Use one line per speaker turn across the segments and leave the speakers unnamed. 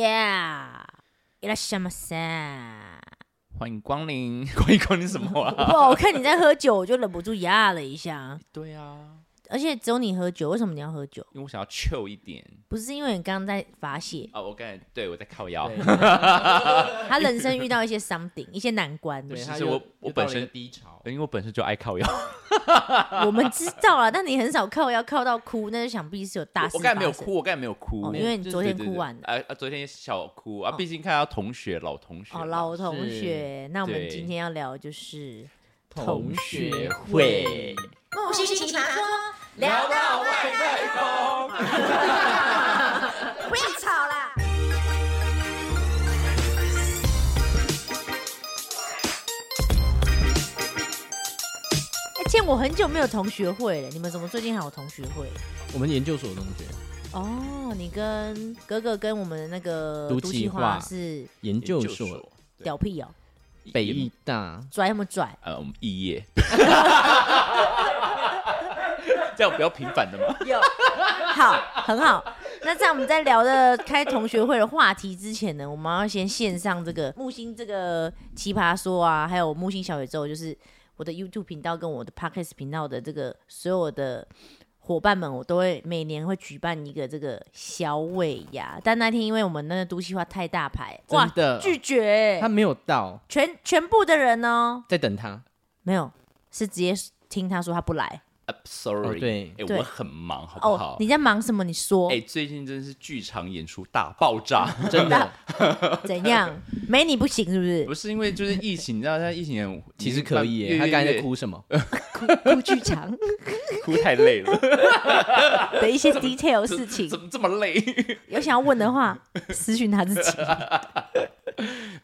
Yeah，いらっしゃいませ。
欢迎光临， 欢迎光临什 么啊？
哇，我看你在喝酒，我就忍不住呀了一下。
对啊，
而且只有你喝酒，为什么你要喝酒？
因为我想要 chill 一点
不是因为你刚刚在发泄，
啊、我刚才对我在靠腰，
他人生遇到一些 something，一些难关。
对
其
他
实
又
我
又
我
到
本
了一
身
个
低潮，
因为我本身就爱 靠腰。
我们知道了，但你很少靠，要靠到哭，那就想必是有大
我
事。
我刚才没有，哭，我刚才没有哭，
哦因为你昨天
对对
哭
对
完了
啊啊，昨天小哭啊，
哦
毕竟看到同学老同学
哦，
嘛
老同
是
学。那我们
对
今天要聊的就是
同学
会
会，
木须奇葩说，
聊到外太空，
不要吵啦。见哎我很久没有同学会了，你们怎么最近还有同学会？
我们研究所的同学
哦，你跟哥哥跟我们的那个
毒
毒
气
气
化
化是
研究
研
所
屌屁哦，
北艺大，
拽那么拽，
呃，我们肄业， 这样比较平凡的嘛。
有好很好。那在我们在聊的开同学会的话题之前呢，我们要先献上这个木星这个奇葩说啊，还有木星小宇宙，就是我的 YouTube 频道跟我的 Podcast 频道的这个所有的。伙伴们，我都会每年会举办一个这个小尾牙，但那天因为我们那个都市化太大牌，哇
真，的，
拒绝、
他没有到，
全全部的人哦，
在等 他，
没有，是直接听他说他不来。
啊 Sorry，
哦对
哎，
对
我很忙，好不
哦
好，？
你在忙什么？你说、
哎，最近真是剧场演出大爆炸。
真的，
怎样？没你不行是不是？
不是因为就是疫情，你知道现在疫情很
其实可以耶，
越
他刚才
越
在哭什 么？
哭哭剧 场
哭太累了，
的一些 detail 事情，
怎么这么累？
有想要问的话，私讯他自己。
啊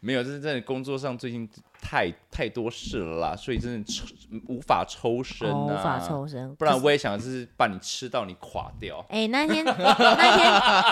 没有，这是真的工作上最近太太多事了啦，所以真的抽无法抽身啊，
哦无法抽身，
不
可
然
是
我也想就是把你吃到你垮掉。
哎、那天那天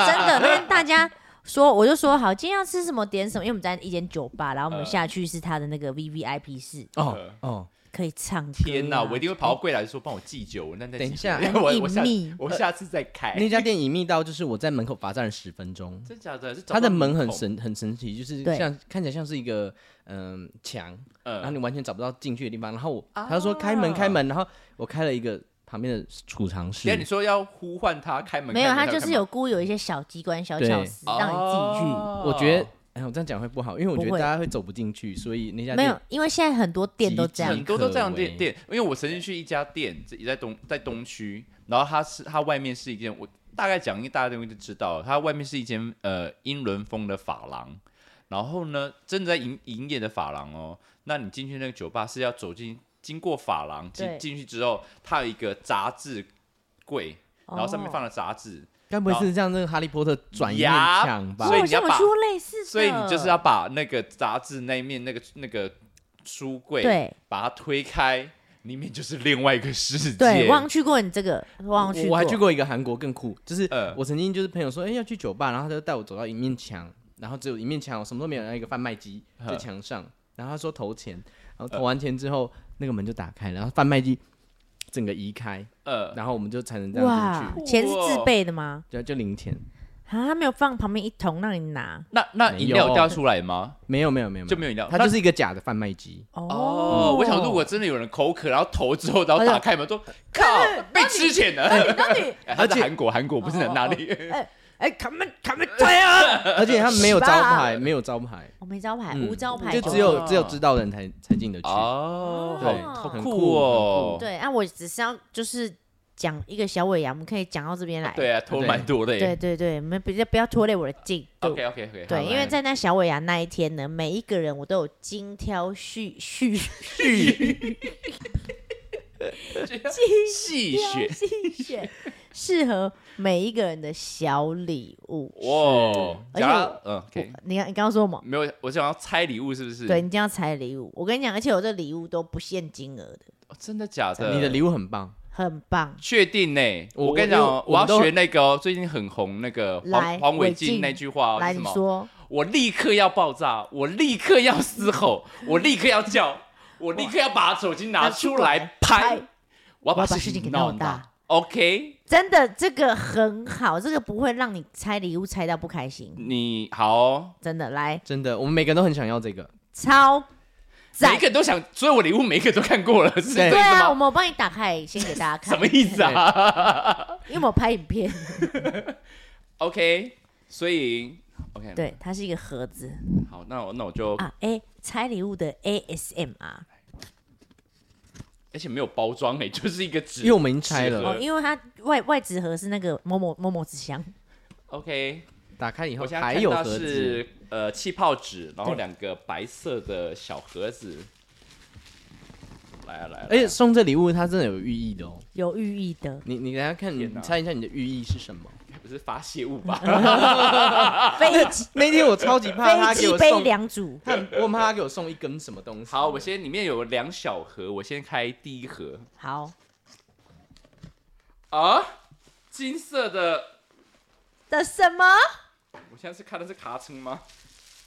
真的那天大家。说，我就说好，今天要吃什么点什么，因为我们在一间酒吧，然后我们
呃
下去是他的那个 V V I P 室，
哦哦，
可以唱歌啊。
天哪，我一定会跑到柜台说帮我记酒，那那
等一下
我我下
很隐秘
我下次再开。
那家店隐秘到就是我在门口罚站了十分钟。
真假的？是找
它的
不到
门很
孔，
神很神奇，就是
对
像看起来像是一个嗯墙，然后
嗯，
你完全找不到进去的地方。然后我他就说开门开门，然后我开了一个旁边的储藏室
等一下，你说要呼唤他开门，
没有，
开门哦
他就是有故意有一些小机关、小巧思，让你自己去。
我觉得，哎，我这样讲会不好，因为我觉
不
得
会
大家会走不进去，所以那家
没
店
有，因为现在很多店都这
极
样
致
很多都这样
可为
店店，因为我曾经去一家店，也在东在东区，然后它是它外面是一间，我大概讲一大堆就知道了，它外面是一间呃英伦风的发廊，然后呢，真的在营营业的发廊哦，那你进去那个酒吧是要走进经过发廊进
对
进去之后，它有一个杂志柜，然后上面放
了。
了杂志，
该不会是像那个《哈利波特》转面
呀
墙吧
哦，
所以
我
你要
像我
把
去过类似的，
所以你就是要把那个杂志那一面那个那个书柜
对
把它推开。里面就是另外一个世界，
对，我好像去过你这个，我好像去
我我还去过一个韩国更酷，就是
呃
我曾经就是朋友说，哎、要去酒吧，然后他就带我走到一面墙，然后只有一面墙，我什么都没有，然后一个贩卖机在
呵
墙上，然后他说投钱，然后投完钱之后，那个门就打开，然后贩卖机整个移开，
呃，
然后我们就才能这样
哇
进去，，
钱是自备的吗？
就就零钱，
啊，他没有放旁边一桶让你拿
那那
没
饮料
有
掉出来吗？
没有没有没有，
就没有饮料，
它
那
就是一个假的贩卖机，
哦。我想，如果真的有人口渴，然后头之后，然后打开门，说靠，被吃钱了。
那你
哎 他
而
在
且
韩国，韩国不是
哦哦
哪里？
哎，卡门卡门对啊，
而且它没有招牌，没有招牌，
我哦没招牌，
嗯
无招牌，
就只
哦
有只有知道的人才才进得去。
哦
对
好
很
酷
酷
哦。
对啊，我只是要就是讲一个小尾牙，我们可以讲到这边来。
对啊，偷蛮多的
对
耶。
对对，我们比较不要拖累我的进度。
OK OK OK。
对，
好
因为
来
在那小尾牙那一天呢，每一个人我都有精挑细细
戏谑
细选，适合每一个人的小礼物。
哇，
是
讲
而且
到嗯，OK，
你看，你刚刚说什么？
没有，我想要猜礼物是不是？
对，你今天要猜礼物，我跟你讲，而且我这礼物都不限金额的，
哦，真的假的？
你的礼
物
物很棒，
很棒。
确定呢？
我
我跟你
我
讲
因为
哦，
我
我
们
要
都
学那个哦，最近很红那个
来
黄黄
韦
伟
静
晋那句话哦，
来，
是什
你
么？
说，
我立刻要爆炸，我立刻要嘶吼，我立刻要叫，我立刻要把手机拿出来拍，我要把事
把事
情给闹
情给闹大
大。 OK，
真的这个很好，这个不会让你拆礼物拆到不开心，
你好哦、
真的来
真的，我们每个人都很想要这个。
超
每
赞
一。个都想，所以我礼物每一个都看过了，是这
对
样
对
子
啊，我
吗？
们我帮你打开，先给大家
什
看
么，意思啊
因为我拍影片。
？OK，所以 OK，，
对，它是一个盒 子
好，那我那我就，
啊。哎，拆礼物的 ASMR，
而且没有包装诶、就是一个纸，
因为我们已经拆
纸
了，
盒
哦，因为它外外纸盒是那个某某某某纸箱，
OK，
打开以后
我现在
还
看
有
到
盒子，
是呃气泡纸，然后
对
两个白色的小盒子。来啊来啊！
而且
来啊
送这礼物它真的有寓意的哦。
有寓意的，
你你等一下看，你
天哪
猜一下你的寓意是 什么？
不是发泄物吧？
飞
那天我超级怕他
飞
给
机
我
杯
送，
两组，
他很我很怕他给我送一根什么东西。
好，我先里面有两小盒，我先开第一盒
好，
啊，金色的，
的什么？
我现在是看的是卡称吗？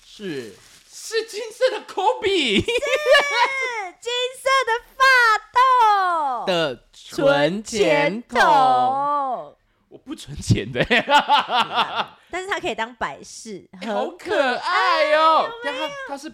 是
是金色的 Kobe，
是金色的发豆
的存钱筒，
筒，
我不存钱的，
但是它可以当摆饰，
哎好
很
可爱哦、但它它是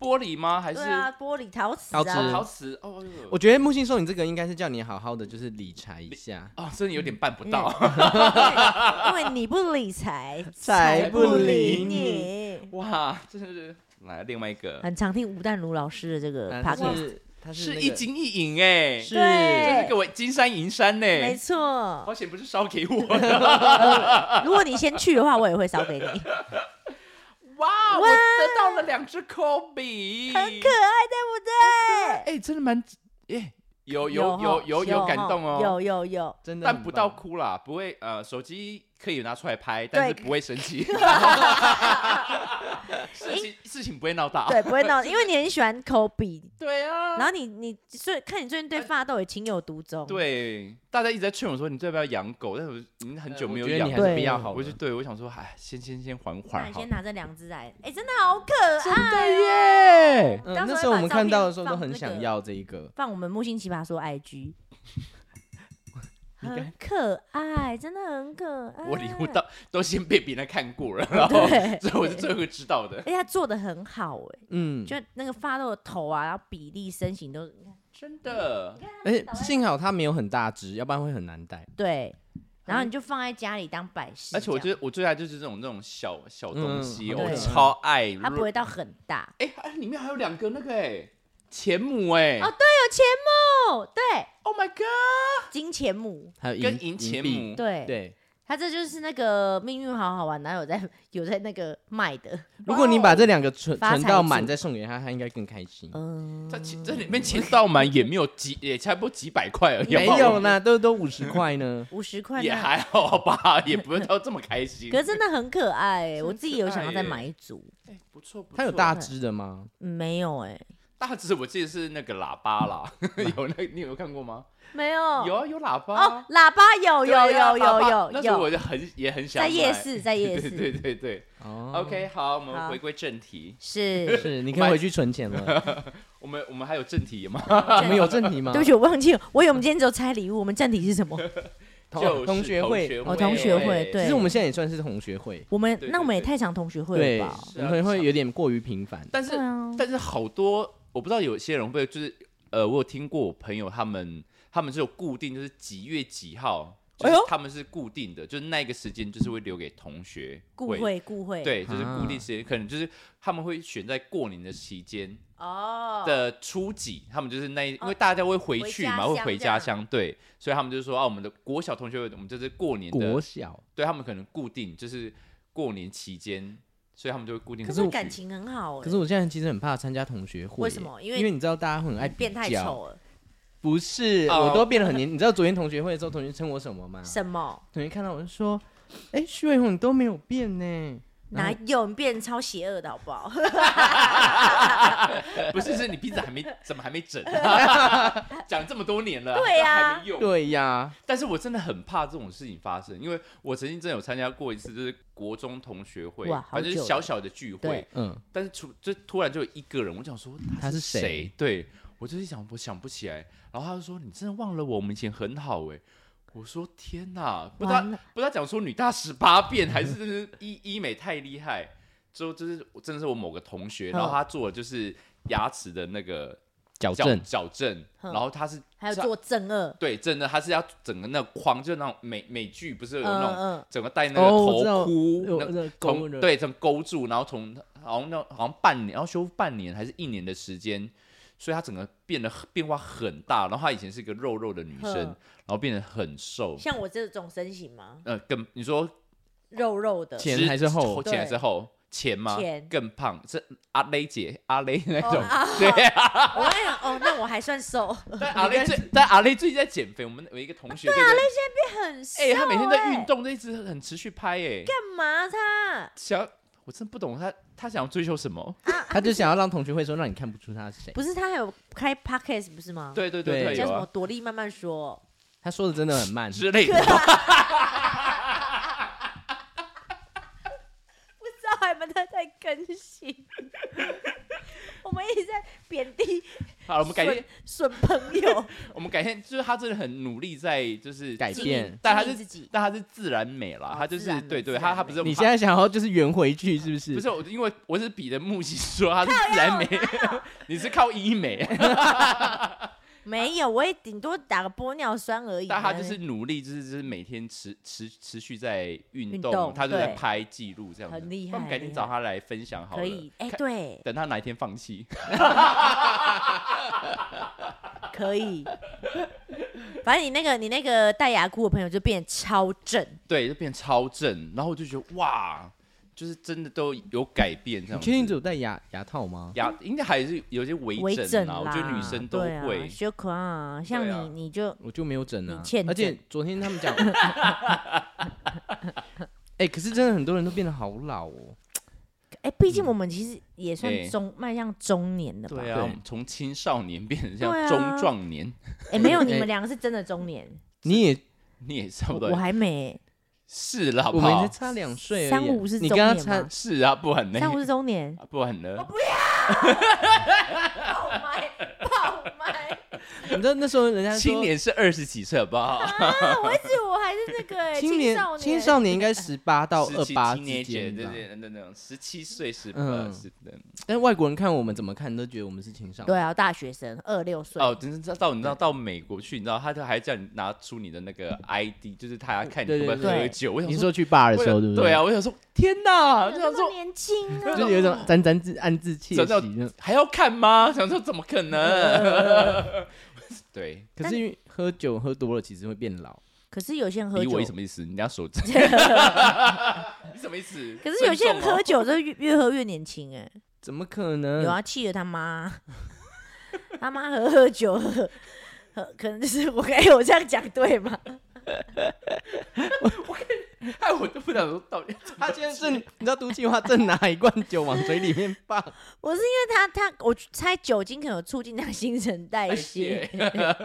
玻璃吗？还是
对啊，玻璃陶瓷
陶瓷
啊，
陶瓷？哦，哎呦
我觉得木星送你这个应该是叫你好好的就是理财一下，
哦，真的有点办不到。
嗯
因 为你不理财，
财
不
不
理
你。
哇，这是来另外一个，
很常听吴淡如老师的这个 p
但
o d c a s
嗯是它
是
那
一
个
金一银哎、
是
对
这个我金山银山呢、
没错，
好险不是烧给我 的，
如果你先去的话，我也会烧 给你。很
哇，我得到了两只 Kobe，很
可爱，对不对？
哎、真的蛮耶、有
有
有有
哈
有
有
感动哦，
哈有有有。
真的
但
很棒
不到哭啦，不会呃，手机可以拿出来拍，但是
对
不会生 气，事情事情不会闹大，
对，不会闹，因为你很喜欢抠鼻，
对 啊，
然后你你最看你最近对发豆也情有独钟，，
对，大家一直在劝我说你要不要养狗，但是我已经
嗯
很久没有
呃我觉得
养
你
了，
还是不要好
我就
了。
对我想说，哎，先先先缓
那
啊
缓
你
好
先
了，
拿这两只来，哎，真的好可爱，
耶，
嗯，
到时候
那时候我们看到的时候都很
把照
想
片
要这一个，
放我们木星奇葩说 IG，
你看
很可爱，真的很可爱，
我礼物到都先被别人看 过了，然后
啊对，
所以我是最后一个知道 的
而，且它做的很好，哎，
嗯，
就那个发豆的头啊，然后比例、身形都，你看
真的，
而且幸好它没有很大只，要不然会很难带。
对，然后你就放在家里当摆饰，
啊而且我觉
得
得我最爱就是这种这种小小东西，
嗯
我
对
超爱。
它不会到很大，
哎、哎里面还有两个那个哎、钱母哎、
哦有钱母，对，
o h my god，
金钱母。
还有
跟银钱
币，
母，
对，
对。
他这就是那个命运好好玩，哪有在 有在那个卖的？
如果你把这两个存
发财
存到
树
满再送给他，他应该更开心。
嗯，。
这其这里面钱到满也没有几，也差不多几百块而已，
没
好不好
有啦，都都五十块呢
五十块
也
那
还好吧，也不用到这么开心。
可是真的很可爱、欸，
真
我自己有想要再
可爱欸
买一组，
哎不错，不错
它有大只的吗？
嗯没有哎、
大只，我记得是那个喇叭啦， 有那你有看过吗？
没有
有啊，有喇叭
哦
啊。，
喇叭有
对啊
有有
喇叭
有
那时候
有
我
有，
就很也很想
在夜
买，
市 在夜
对对
市嗯
对对。
哦
OK，好，
好
我们回归正题， 呃
是。
是你可以回去存钱了。
我们我们还有正题吗？
我们有正题吗？
对不起，我忘记了，我以为我们今天只有拆礼物，我们正题是 什么？
就是
同同学会，
哦同学会对
其实我们现在也算是同学会，
我们
对
那我们也
对
太常同学会
对，
了吧？
是
我
啊
们会有点过于频繁。
但是
对啊，
但是好多我不知道有些人会不会就是呃，我有听过我朋友他们他们是有固定就是几月几号，就
哎
是
呦
他们是固定的，就是那个时间就是会留给同学
顾会顾会，
对，就是
啊
固定时间，可能就是他们会选在过年的期间
哦，
的初几，他们就是那一，因为
哦
大家会回
回
去
家
嘛，会
乡
回
这
家
样
乡，对，所以他们就说啊，我们的国小同学会，我们就是过年
国
的，
小，
对他们可能固定就是过年期间，所以他们就会固定
可
回去。
是感情很好哎、
可是我现在其实很怕参加同学会，
为什么因
因
为
你知道大家会很爱比
变太
较。
丑了，
不是，
哦
我都变得很年。你知道昨天同学会的时候，同学称我什么吗？
什么？
同学看到我就说：“哎，徐伟宏你都没有变呢。”然
嗯
哪
后
有你变超邪恶的好不好？
不是，是你鼻子还没 怎么还没整？啊 讲这么多年了，
对啊
都还没用。
对呀，
但是我真的很怕这种事情发生，因为我曾经真的有参加过一次，就是国中同学会，
哇好
反正就
久
是
了
小小的聚会
对，
嗯，
但是突就突然就有一个人，我想说
他是谁
谁？对我就是想我想不起来，然后他就说你真的忘了我，我们以前很好哎、我说天哪，不知道
完了，
不知道讲说女大十八变，还是真是医医美太厉害。之后就是真的是我某个同学，
嗯
然后他做的就是牙齿的那个
矫
矫
正
矫正，
嗯
然后他是啊
还有做正二，
对，真的他是要整个那个框，就是那种美美剧不是有
嗯
那种
嗯，
整个戴那个
哦，我
头
知道
箍，
有
那
那
从
勾的，
对，从勾住，然后从好像那好像半年，然后修复半年还是一年的时间，所以她整个变得变化很大。然后她以前是一个肉肉的女生，
哼
然后变得很瘦，
像我这种身形吗？
呃，更你说
肉肉的，
前
之
还是后
前还是
对
后？前吗？
前
更胖，是阿雷姐阿雷那
哦
种。
啊
对啊，
我跟你讲，哦，那我还算瘦，
但阿雷最但阿雷最近在减肥。我们有一个同学，对阿雷
很瘦、
哎、
欸，
他每天在运动，这一直很持续拍、哎，
干嘛他？
想我真不懂他他想要追求什么？
啊
他就想要让同学会说，让你看不出他是谁。
不是他还有开 podcast 不是吗？，
对对对
对
对，
叫
有
什么
啊
朵莉慢慢说，
他说的真的很慢，
之类的。
不知道还没他在更 新。我们一直在贬低
好了，我们改天
损朋友，
我们改天就是他真的很努力在就是
改
自
变
但他
经营自
是
己
但他是自然美啦，
哦
他就
自
是
然美
对
自
对，
然
他他
美
不是
你现在想要就是圆回去是不是？
不是我，因为我是比的木西说他是自然美， 你是靠医美，
没有，我也顶多打个玻尿酸而已。
但他就是努力，就是就是每天持持持续在运
运动
他就在
对
拍记录这样子，
很厉害
那我们改
很
天
厉
找他来分享好了，
可以，哎、
看
对，
等他哪一天放弃，
可以。反正你那个你那个戴牙箍的朋友就变超正，
对，就变超正，然后我就觉得哇，就是真的都有改变这
你
样子。
确定只有戴牙牙套吗？
牙应该还是有些微
微整啦。
啦，啊我觉得女生都
对
会
啊，。修可啊，像你、
对啊
你就
我就没有整啊
你欠，整
而且昨天他们讲， 哎、可是真的很多人都变得好老哦。
哎，毕、竟我们其实也算
哎
中迈、向中年了吧？
对啊，
对
我们从青少年变成像
对啊
中壮年，
哎、没有，
哎
你们两个是真的中年，
你也，
你也差不
我
多
我还 没、
是啦，好
我
不
们才
好？
差两岁而已，
三五是
你
中
跟他
年
差
吗？
是啊，不很呢，
三五是中年，
啊不很呢。
爆麦爆麦
你知道那时候人家说
青年是二十几岁，好不 好？
啊！我一直我还是那个、哎
青年
少年
青少年应该十八到二八
青年
之
节，
间
对
吧。
对，那那种十七岁、十八、
嗯
十的。
但外国人看我们怎么看都觉得我们是青少年。
对啊，大学生二六岁
哦，真是到你知道到美国去，你知道他就还叫你拿出你的那个 ID，就是他要看你
对
会
对
不
对
会
对
喝酒。我想
你说去 bar 的
我
时
想
候，对不
对啊，，我想说，天哪！就
这
想
么
说，
年轻 啊，
就是有一种沾沾自暗自窃
走到
喜那种。
还要看吗？ 想说怎么可 能？对，
可是因为喝酒喝多了，其实会变老。
可是有些人喝
逼
酒
我意什么意 思？你要 手指，你什么意思？
可是有些人
尊重
喝
哦
酒就越越喝越年轻哎、
怎么可能？
有啊，气了他妈，他妈喝喝酒喝，喝可能就是 我哎、我这样讲对吗？
哎，我都 不想说到底。
他现在是，你知道毒气花正拿一罐酒往嘴里面放，
我是因为他他我猜酒精可能有促进他新陈代
哎
谢，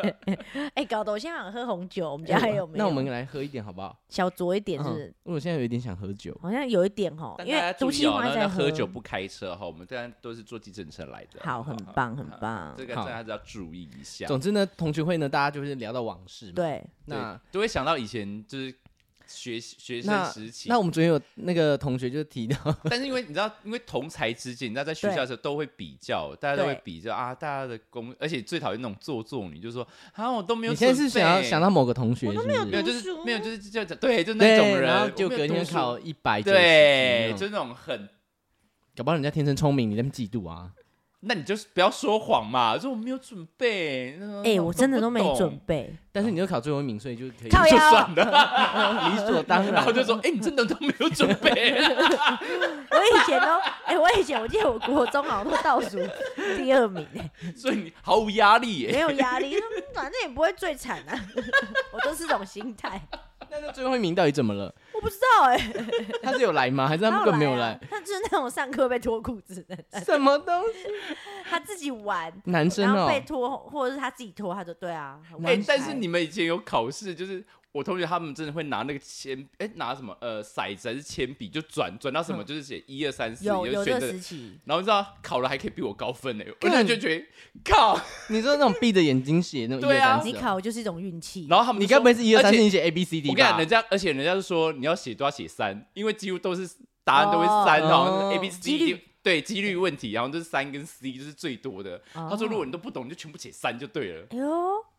哎、搞得我现在想喝红酒，我们家还有没有？
哎那我们来喝一点好不好？
小酌一点是不是？
嗯，我现在有一点想喝酒。
好像有一点哦，
但
因
大家
为
注
毒
意
气
哦，
花
那
在
那喝酒不开车哈，我们当然都是坐计程车来的。
好，很棒很棒
这，个
好
大家要注意一下。
总之呢，同学会呢，大家就是聊到往事嘛。，
对，
那
对都会想到以前就是学学生
那
时期
那，我们昨天有那个同学就提到，
但是因为你知道，因为同才之间，你知道在学校的时候都会比较，大家都会
对
比较啊，大家的工，而且最讨厌那种做作女，就说啊，我都没有
你
准备。
现在是想要想到某个同学，
我都
是不是
没有
没有，就
读
是
书
没有，就是就对，就那种
对，
人，
然后
我
就
没有
隔天
读书
考一百九，
对，
哦
就那种很，
搞不好人家天生聪明，你在那边嫉妒啊？
那你就是不要说谎嘛，说我没有准备。
哎、我真的都没
懂
准备，
但是你就考最后一名，所以就可以
靠
就
腰
算了，
理所当
然后
然。
就说，哎，你真的都没有准备。
我以前都， 哎、我以前我记得我国中好像都倒数第二名、哎
所以你毫无压 力哎
没
耶。
有压力，嗯反正也不会最惨啊， 我都是这种心态。
那那最后一名到底怎么了？
我不知道哎、
他是有来吗？还是他们
他
根本没有
来
来
啊？，他就是那种上课被脱裤子 的，
什么东西？
他自己玩，
男生
然后
哦
被，脱，或者是他自己脱，他就对啊。很
哎、
玩
但
开
是你们以前有考试，就是我同学他们真的会拿那个铅，哎、拿什么呃骰子还是铅笔，就转转到什么，就是写一二三四，
嗯有有
就选
这
择
时。期，
然后你知道考了还可以比我高分呢、我
干
那时候就觉得靠，
你说那种闭着眼睛写那种一
对
二
啊
三四
你
哦，
考就是一种运气。
然后他们
你
就说
该不会是一二三
而
四，
且
你写 A B C
我
D
跟你讲，
吧
人？家而且人家就说你要写都要写三，因为几乎都是答案都
哦
是三，然
哦
后 A B C
几率
对几率问题，然后就是三跟 C 就是最多的。
哦
他说如果你都不懂，你就全部写三就对了，
哎呦，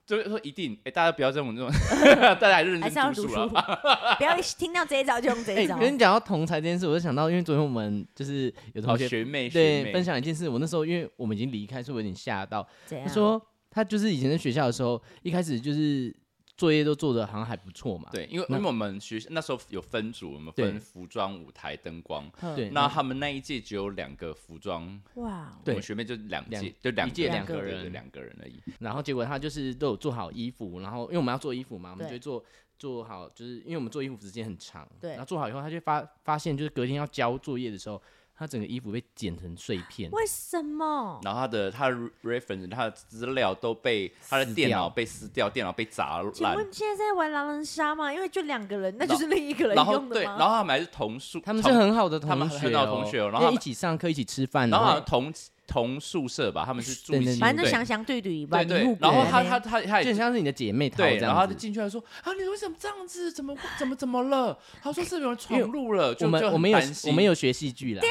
就是说一定哎、大家不要这种这种， 大家还是认
还是要
真
读
读书啊
书啊
了。，
不要一听到这一招就用这
哎，
一招。
跟你讲到同才这件事，我就想到，因为昨天我们就是有
好
同学
学妹学
对分
妹，
享一件事，我那时候因为我们已经离开，所以我有点吓到。
怎样
他？说他就是以前在学校的时候，一开始就是作业都做的好像还不错嘛。
对，因为
那
因为我们学校那时候有分组，我们
对
分服装、舞台、灯光。
嗯
对
那他们那一届只有两个服装，
哇，
对
我们学妹就两
两
届，就
一届
两
个
个
对
人
对两个人而已。
然后结果他就是都有做好衣服，然后因为我们要做衣服嘛，我
对
们就会做做好，就是因为我们做衣服时间很长，
对
然后做好以后，他就发发现就是隔天要交作业的时候，他整个衣服被剪成碎片，
为什么？
然后他的他的 reference 他的资料都被他的电
撕掉
脑被撕掉，电脑被砸
请
烂，
问现在在玩狼人杀吗？因为就两个人，那就是另一个人
然后
用
对，
的吗？
然后他们还是同宿，
他们是很好的同
他们
学、哦，
很好的同学哦然后
因
他
为
们
一起上课，一起吃饭，哦
然后
然
好像同同宿舍吧，他们是住
对
一
对
起，
对
反正就
对
想想对对吧，
对
你互
对
补，
然后
的
他
呢
他他他
就很
也。
像是你的姐妹淘这
对，然后他
样
就
子。
进去来说：“啊，你为什么这样子？怎么怎么怎么了？”他说：“是不是有人闯入了。就”
我们
就很
我们有
担心
我们有学戏剧啦，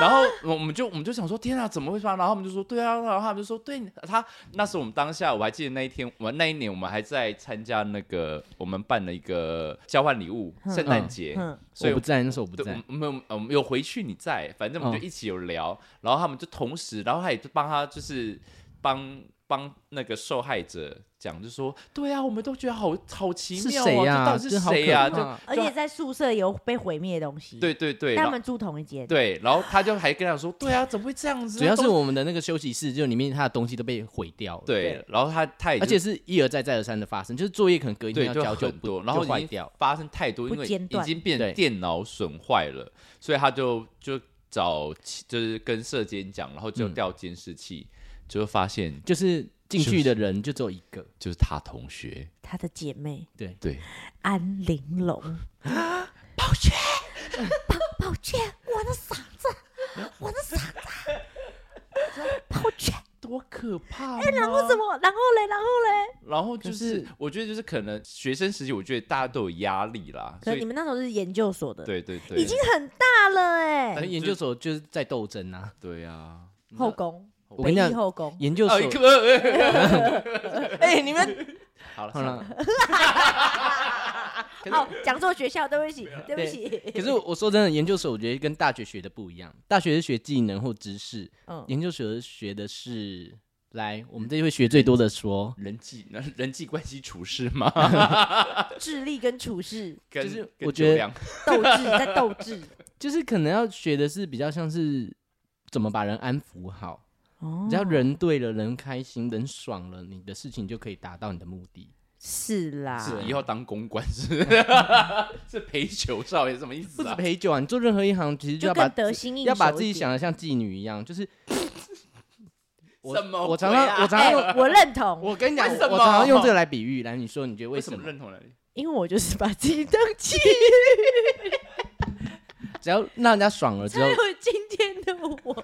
然后我我们就我们就想说，天啊，怎么会发？然后他们就说，对啊，然后他们就说，对他那时候我们当下，我还记得那一天，我们那一年我们还在参加那个，我们办了一个交换礼物，
嗯
圣诞节，
嗯
所以
我不在那时候我不
对，我
在
们，我们我们有回去你在，反正我们就一起有聊，然后他们就同时，然后他也就帮他就是帮帮那个受害者讲，就说，对啊，我们都觉得好好奇
是
妙
谁
啊，
呀
这到底
这
是
好
谁
可
呀、
怕
就
而且在宿舍有被毁灭的东西，，
对对对，
但他
然后
们住同一 间，
对，然后他就还跟他说，对啊，怎么会这样子？
主要是
都
我们的那个休息室，就里面他的东西都被毁掉了。
对，然后他他也就
而且是一而再再而三的发生，就是作业可能隔一天
对，
要
就
交就
很
不
多，然后
就坏
已经
掉。
发生太多，
不
因为
间
已
断
经变
对
成电脑损坏了，所以他就就找就是跟射监讲，然后就
嗯
调监视器，就发现
就是进去的人就只有一个，
就是他同学，
她的姐妹
对，
对，
安玲 珑，宝娟，宝宝娟，我的嗓子，我的嗓子， 宝娟，
多可怕！
然后怎么，然后嘞，然后嘞，
然后就
可
是
是
我觉得就是可能学生时期，我觉得大家都有压力啦，
可
所
能你
以
们那时候是研究所的，
对对对，
已经很大了哎、
反正研究所就是在斗争啊。
对啊，
后宫，
我
北
跟你
一
讲，
后宫， 欸
研究
哦
所
一个呃呃呃
哎，你 们
好了
好
好了，
了。
哦，讲座学校，对不起，对不
啊对
起，
可是我说真的，研究所我觉得跟大学学的不一样，大学是学技能或知识，
嗯，
研究所学的是来我们这一会学最多的说，
人际 那人际关系处事嘛，
智力跟处事，
跟
就是
跟
我
酒
觉得
量
斗志在斗志，
就是可能要学的是比较像是怎么把人安抚好，
哦
只要人对了，人开心，人爽了，你的事情就可以达到你的目的。
是啦，
是以后当公关 是是陪酒少爷什么意
不
思
止
啊？
陪酒啊，你做任何一行，其实就
就
要把
更得心应手一点，
要把自己想的像妓女一样，就是我
什么鬼啊
我常常我常常
哎、
用
我认同，
我跟你讲，
为什么
我常常用这个来比喻。来，你说你觉得为
为
什
什么
么？
认同了？
因为我就是把自己当 妓
只要让人家爽了之后
女，，有今天的我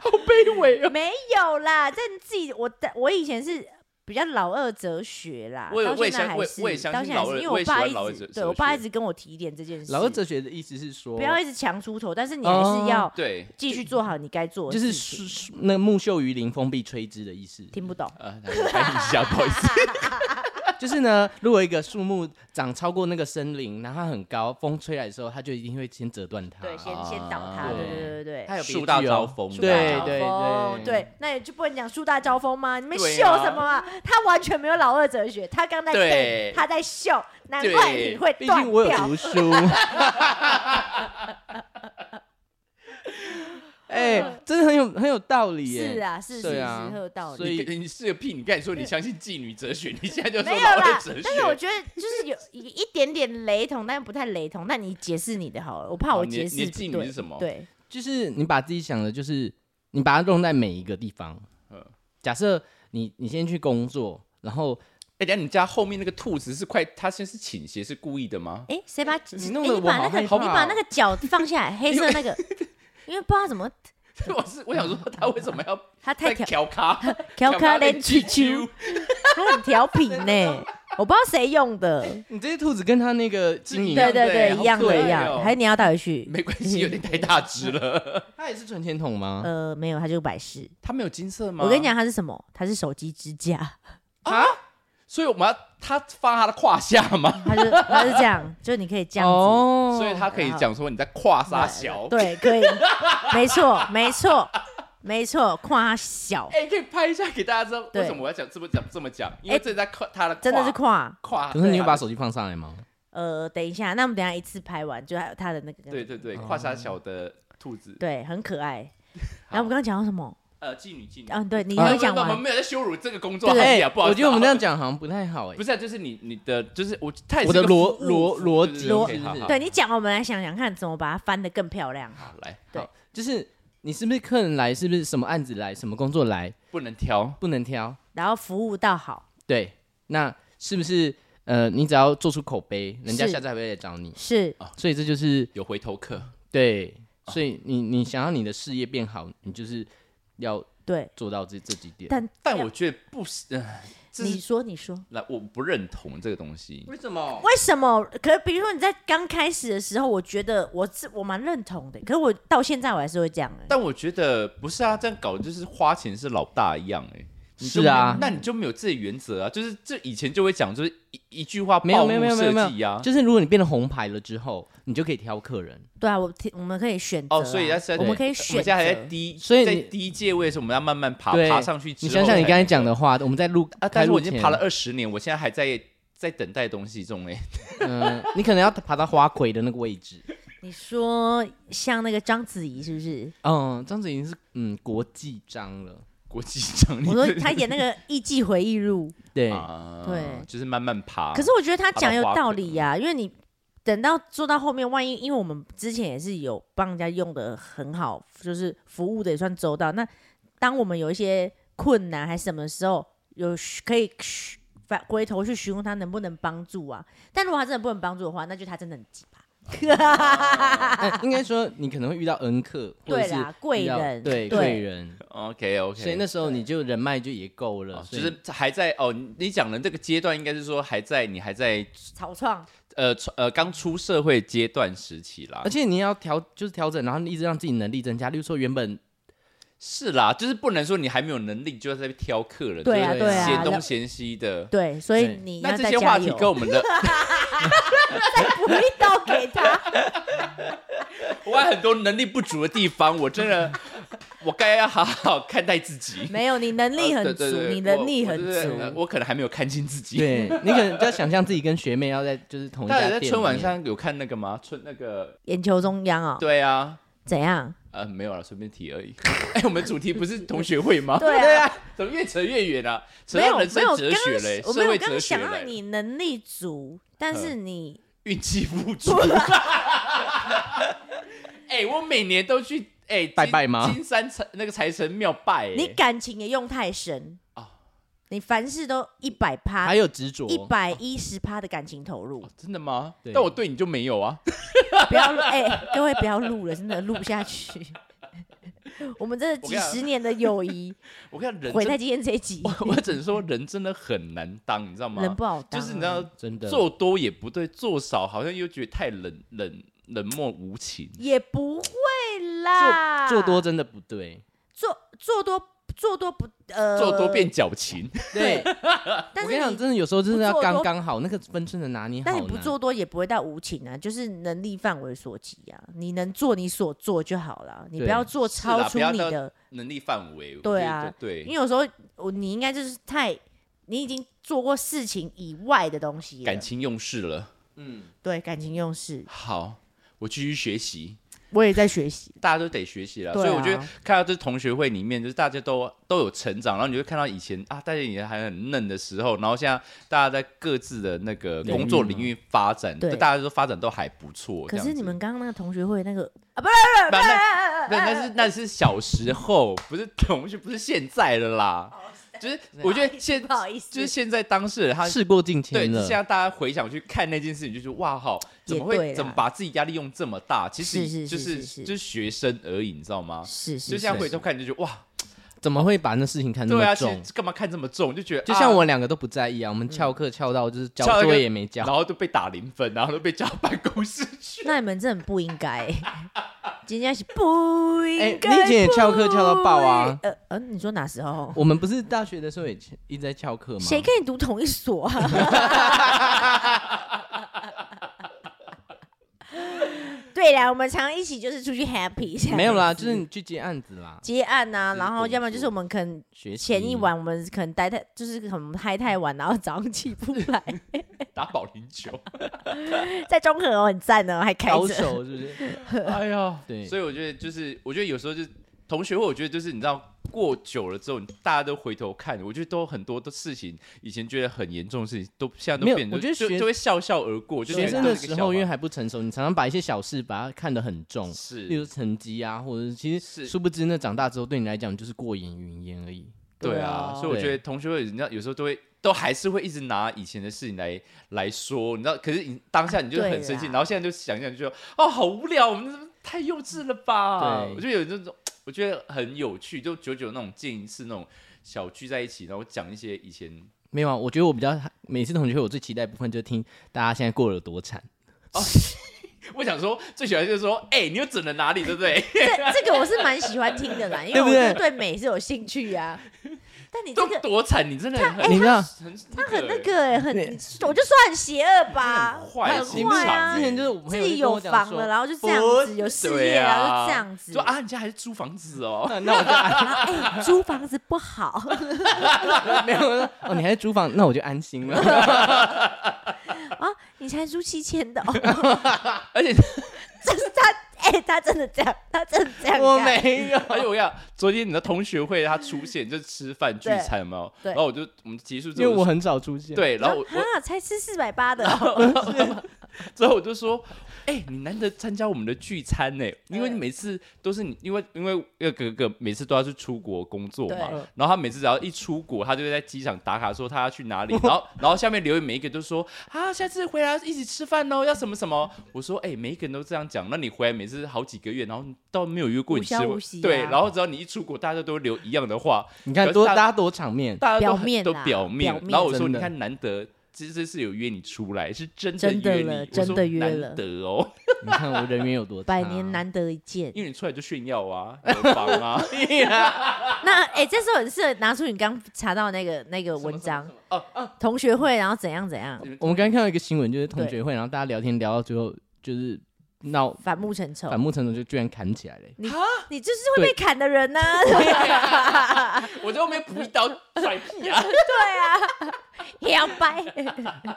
好卑微哦！
没有啦，在你自己，我的我以前是。比较老二哲学啦，
我也
到
我也
现在
相
还
我也
是
我也相
到
信
现在还
老
是因
二
为
我也喜
爸
欢
一
老二
直
哲
对
哲
我爸一
学
直跟我提点这件事，
老二哲学的意思是说，
不要一直强出头，但是你还是要
对，
继续做好你该做的
就是
事情。
树树那个木秀于林，风必摧之的意思。
听不懂，
呃， 来我翻译一下，不好意思。
就是呢，如果一个树木长超过那个森林，然后它很高，风吹来的时候，它就一定会先折断它。
对，先
啊
先倒他，对
对
对对对
它
对。
有别
树大
句哦
招风
树
的
大
对
招风
对那你就不能讲树大招风吗？你们秀
对啊
什么啊？他完全没有老二哲学，他刚在
对
背他在秀，难怪
对
你会
毕
断
竟我有
掉。
读书。哎、真的很有很有道理耶。
是啊，是是
对
是，
啊
很有道
所
理。
以
你你是个屁！你刚才说你相信妓女哲学，你现在就说
没有
老
啦
二哲，学。
但是我觉得就是有一一点点雷同，但不太雷同。那你解释你的好了，我怕
好
我
哦你
解
的
释
你的
不
妓女
对
是什么
对，
就是你把自己想的，就是你把它用在每一个地方
嗯。
假设你你先去工作，然后
哎，等下你家后面那个兔子是快，它现在是倾斜，是故意 的吗？
哎，谁把
你弄
哎
得
你
我
把
好
那个
害怕哦
你把那个脚放下 来，黑色那个，因为不知道怎么
我是我想说，它为什么要
他太
在
调
调卡？
调
调
侃
侃
连起
啾
啾，他很调皮 呢，我不知道谁用的，
你这些兔子跟它那个金
一
银，
对
哎样的
对
欸
对，一样
好
的，
可爱
一样，
哦
还是你要带回去？
没关系，有点太大只了。
它也是存钱筒吗？
呃，没有，它就百事。
它没有金色吗？啊
我跟你，讲，它是什么？它是手机支架，
所以我们要它放它的胯下吗？
它就它是这样，就你可以这样
哦
子。
哦
所以它可以讲说你在胯撒小。
哦对，可 以，没错，没错，没错，胯小，
哎，可以拍一下给大家知道
对
为什么我要讲这么讲这么讲，因为
哎
这在胯它的胯
真的是胯。
胯。
可是你会
啊对
把手机放上来吗？
呃，等一下，那我们等一下一次拍完，就还有它的那个，
对对对，胯下小的兔子，
啊对，很可爱。
好
然后我们刚刚讲到什么？
呃，妓女妓女。
嗯，对，你
没有
没讲
没有
完
我们。没有在羞辱这个工作
对
行
对
业
哎
啊，不好意思啊。
啊我觉得我们这样讲好像不太好哎
不。是啊，就是你你的就是我，他也是
我的
个
逻
服务
逻逻
对对
辑
对
逻
OK，好好
对你讲完，我们来想想看怎么把它翻得更漂亮。
好来，
对
好
就是你是不是客人来，是不是什么案子来，什么工作来，
不能挑，
不能挑。
然后服务到好，
对，那是不是呃，你只要做出口碑，人家
是
下次还会来找你。
是
哦
所以这就是
有回头客，
啊
对，
哦
所以你你想要你的事业变好，你就是要
对，
做到这这几点。
但
但
要
我觉得不是，呃这
你
是
说你说
来我不认同这个东西，
为什么？
为什么？可是比如说你在刚开始的时候，我觉得我是我蛮认同的，可是我到现在我还是会这样、欸。
但我觉得不是啊，这样搞就是花钱是老大一样哎、你就是没
啊
有那你就没有自己的原则啊，就是这以前就会讲，就是一一句话
没有
报
没有
幕
没有没有没
设计
有，
啊，
就是如果你变成红牌了之后，你就可以挑客人。
对啊，我听我们可以选择啊、
哦，所以要是在
我们可以
我
选
们
择
现在还在低，
所以
在
你
低阶位的时候，我们要慢慢爬
对
爬上去之
你
后
想想你
才
刚才讲的话，我们在录
啊，但是我已
开录
经
前
爬了二十年，我现在还在在等待东西中哎、
嗯，你可能要爬到花魁的那个位置。
你说像那个章子怡是不 是？
嗯，这样子已经是嗯国际章了。
国际上，
我说她演那个《艺伎回忆 录
对，
啊
对
就是慢慢爬。》，
可是我觉得她讲有
啊她的花啊
道理呀、因为你等到做到后面，万一因为我们之前也是有帮人家用的很好，就是服务的也算周到。那当我们有一些困难还是什么时候，有需可以嘘反回头去询问他能不能帮助啊？但如果他真的不能帮助的话，那就他真的很鸡巴。
哎应该说你可能会遇到恩客，或者
对
是
啦，贵
遇到
人，
对贵
对
人，
OK OK，
所以那时候你就人脉哦就也够了，
就
所以
是还在哦，你你讲的这个阶段应该是说还在你还在
草创，
呃出呃刚出社会阶段时期啦
而，且你要调就是调整，然后一直让自己能力增加。例如说原本
是啦，就是不能说你还没有能力就在那边挑客人，
对啊
就是
对啊
嫌东嫌西的。
对，所以
对
你
那
要
这
再
些
加
话题
油，
跟我们的，
补一刀给他。
我还有很多能力不足的地方，我真的，我该要好好看待自 己。
没有，你 能力
呃
很
对对
足，
对
你
我
能力
我
很
就是呃
足。
我可能还没有看清自己。
对你可能就要想象自己跟学妹要在就是同一
大
家
家在
店
春晚
里面
上有看那个吗？春那个，
眼球中央哦，
对啊，
怎样？
呃，没有了，随便提而已。 哎、我们主题不是同学会吗？
对啊
怎么越扯越远啊？扯
没有
到
没
人
有，刚
生
刚
哲学嘞，
我
社
没有
会
我刚
哲
刚
学
想到
嘞，嗯
你能力足，但是你
运气不足。
啊
哎、我每年都去哎、金
拜拜吗
金山财那个财神庙拜、哎
你感情也用太深
啊
你凡事都一百趴
还，有执着，
一百一十趴的感情投入
哦，真的吗
对？
但我对你就没有啊。
不要 录哎、各位不要录了，真的录不下去。 我们这
我
几
跟你讲
十年的友谊
我看人
毁在
真，
今天这一集，
我我只能说人真的很难当，你知道吗？
人不好当啊、
就是你知道，
真的
做多也不对，做少好像又觉得太冷冷冷漠无情。
也不会啦，
做多真的不对，
做做多做多不呃
做多变矫情，
对。
但
我跟你
是
讲，
你
真的有时候真的要
不做多
刚刚好，那个分寸的拿捏好
但
难。
你不做多也不会到无情啊，就是能力范围所及啊，你能做你所做就好了，你不
对
要做超
啦
出
不要
你
到
的，
能力范围。我
对
觉
啊
得对，
因为有时候我你应该就是太你已经做过事情以外的东西了，
感情用事了。
对感情用事，
好，我继续学习，
我也在学习，
大家都得学习了。
对啊
所以我觉得看到这同学会里面，就是大家都都有成长，然后你就会看到以前啊，大家以前还很嫩的时候，然后现在大家在各自的那个
领域
工作
嘛
领域发展，
对
就大家都发展都还不错。
可
这
是
样
你
子
们刚刚那个同学会那个，
不那那那是那是小时候，不是同学，不是现在的啦。就是我觉得现
哦 不好意思
就是现在当事人他
事过境
对，
迁了
现，在大家回想去看那件事情，就是哇好，怎么
也对
会
啦
怎么把自己压力用这么大？其
是是
实就是是
是是
就是学生而已，你知道吗？
是是
就现在
是
回头看，你就觉得哇，
怎么会把那事情看那
对啊，
么
其
重？
实干嘛看这么重？就觉得
就像
啊
我
嗯
们两个都不在意啊，我们翘课翘到就是交
翘到一
作
个
业也没交
然，后就被打零分，然后都被叫到办公室去。
那你们真的很不应该、 今天是不应该、
哎你以前也翘课翘到爆啊
不应呃呃，你说哪时候？
我们不是大学的时候也一直在翘课吗？
谁跟你读同一所啊？ 对啦，我们常一起就是出去 happy 一下。
没有啦，就是你去接案子啦，
接案呐、啊，
就是
然后
工
要不然就是
作
我们可能
学习
前一晚我们可能待太，就是可能嗨太晚，然后早上起不来。
打保龄 球。
在中和哦，很赞哦，还开
高
着。
手是不 是？
哎呀，
对
所以我觉得就是，我觉得有时候就是同学会，我觉得就是你知道，过久了之后，大家都回头看，我觉得都很多的事情，以前觉得很严重的事情，都现在都
没有
变，
我觉得
就
学
就就会笑笑而过。就觉
学
得
生
就
的
是个
时
笑
候因为
话
还不成熟，你常常把一些小事把它看得很重，例
是
如成绩啊，或者是其实
是
殊不知那长大之后对你来讲就是过眼云烟而已。
对
对
啊
啊，
所以我觉得同学会，你知道，有时候都会。都还是会一直拿以前的事情来来说，你知道？可是你当下你就很生气，
啊对啦
然后现在就想想就觉得，哦，好无聊，我们这太幼稚了吧？
对
我觉得有那种，我觉得很有趣，就久久那种见一次那种小聚在一起，然后讲一些以前
没有啊，我觉得我比较每次同学会我最期待的部分就是听大家现在过得有多惨。
我想说，最喜欢就是说，哎、你又整了哪里，对不 对？
这这个我是蛮喜欢听的 啦，因为
对
我
不对
就对美是有兴趣呀、但你这
都
个
多惨，你真的很、
你知道，
很
他很那
欸
个欸、很，
对
你我就说很邪恶吧，
很坏
很
心
坏
肠
啊
之。前就是我朋
自
友
己
就跟
有
我讲
房
说
了，，然后就这样
不
子，有事
对
业了，然
啊
后就这样子。
说啊，你家还是租房子哦，
那那我就
哎、租房子不好，
没有我说哦，你还是租房，那我就安心了。
啊你才租七千的、哦，
而且
这是他，哎、他真的这样，他真的这样干。
我没 有，
而且我跟你讲，昨天你的同学会他出现，就吃饭聚
对
餐嘛，
对
然后我就我们结束之
因为
后，
我很少出现。，
对，然后我我
啊，才吃四百八的哦、
之后我就说，哎、你难得参加我们的聚餐呢，因为你每次都是你，因为因为那个哥哥每次都要去出国工作嘛
对，
然后他每次只要一出国，他就会在机场打卡说他要去哪 里，然后然后下面留言每一个都说啊，下次回来一起吃饭哦，要什么什么。我说哎、每一个人都这样讲，那你回来每次好几个月，然后都没有约过你吃
无消
过
无息啊
对，然后只要你一出国，大家都会留一样的话，
你看
可是
多
大
大家多场面，
大家都
表
很
面
都
啦
表面，
表面
然后我说
真
你
的
看难得。这这是有约你出来，是真的
真的
约你，
了
我
真
说
的约
难
了
得哦。
你看我人缘有多差
百年难得一见。
因为你出来就炫耀 啊，有房啊，
那哎、这时候很适合拿出你刚查到那个那个文章
哦
同学会，然后怎样怎样，
我们刚刚看到一个新闻，就是同学会，然后大家聊天聊到最后，就是闹
反目成仇
反。目成仇，就居然砍起来了。
你就是会被砍的人 呐、
我在后面补一刀甩屁 啊！
两百，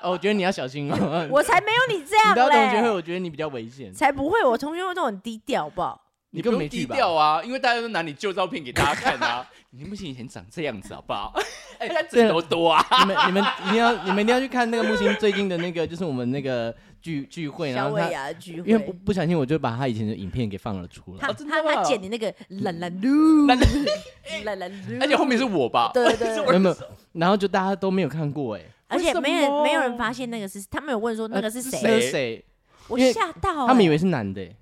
哦，我觉得你要小心哦。
我才没有你这
你
样
到同学会，
嘞，
我觉得你比较危险，
才不会，我同学会都很低调，好不好？
你
不
根本
用
没
低
去吧？
调啊，因为大家都拿你旧照片给大家看啊。 你不信以前长这样子好不 好？哎，他枕头多啊！
你们你们一定要你们一定要去看那个木星最近的那个，就是我们那个聚聚会，然
小
后
尾
他
牙聚
因为不
会，
不小心我就把他以前的影片给放了出来
他
哦真的
他他
吗
剪你那个
嗯
啦啦噜，
懒
啦啦噜，
而且后面是我吧？
对对对
是
对
我
没有没有，然后就大家都没有看过哎，
而且没
为什
人
么
没有人发现那个是，他们有问说那个是
呃
谁，
那是谁？
我
因为
吓到、欸，
他们以为是男的欸，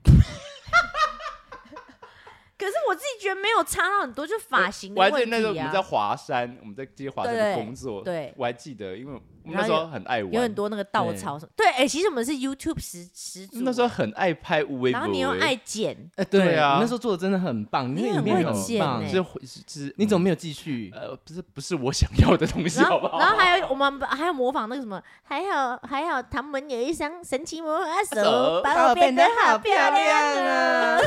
可是我自己觉得没有差到很多，就发型的
我还
问
记
题、啊、
得那时候我们在华山，我们在接华山的工作，
对对
我还记得，因为我们那时候很爱玩，
有很多那个稻草什么。对，哎、其实我们是 YouTube 始始祖、啊
那时候很爱拍无微欸
然后你又爱剪，
哎
对啊
你那时候做的真的很棒，
你
你那影
很
片
会
很
剪
棒
欸，
是是是，
你怎么没有继续？
呃不是不是我想要的东西
然
好
后
不好？
然后还有我们还有模仿那个什么，还好还好，唐门有一双神奇魔法手
手，
把我变得好漂亮啊
把我变得好漂亮啊！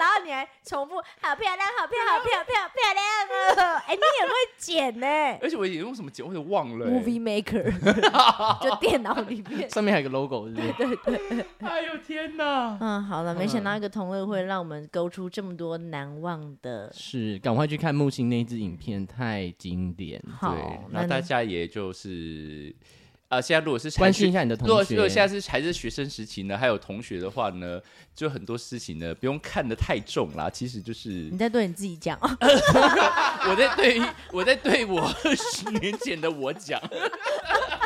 然后你还重复好漂亮，好漂亮，好漂亮，漂漂亮啊！ 哎、你也会剪呢、
而且我也用什么剪，我也忘了欸。
Movie Maker，就 电脑里 面。
上面还有个 logo 是不是？
哎呦天哪！
嗯，好了，没想到一个同乐会让我们勾出这么多难忘的。
是，赶快去看木哦星那一支影片，太经典。
好
对，，
那
那
你
大家也就是。啊、现在如果是
关
还
心
是
一下你的同
如果如果
学。
现在是还是学生时期呢，还有同学的话呢，就很多事情呢不用看得太重啦。其实就是
你在对你自己讲，啊
我在对于我在对我 二十年前的我讲，
在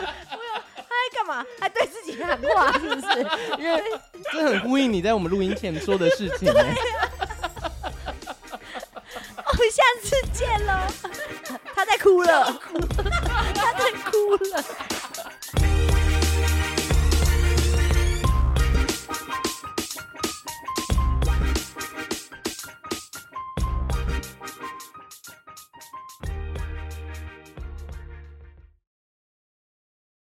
哎干嘛？还对自己喊话是 不是？
因为这很呼应你在我们录音前说的事情、欸。
我们 下次见喽。他在哭了，他在哭了。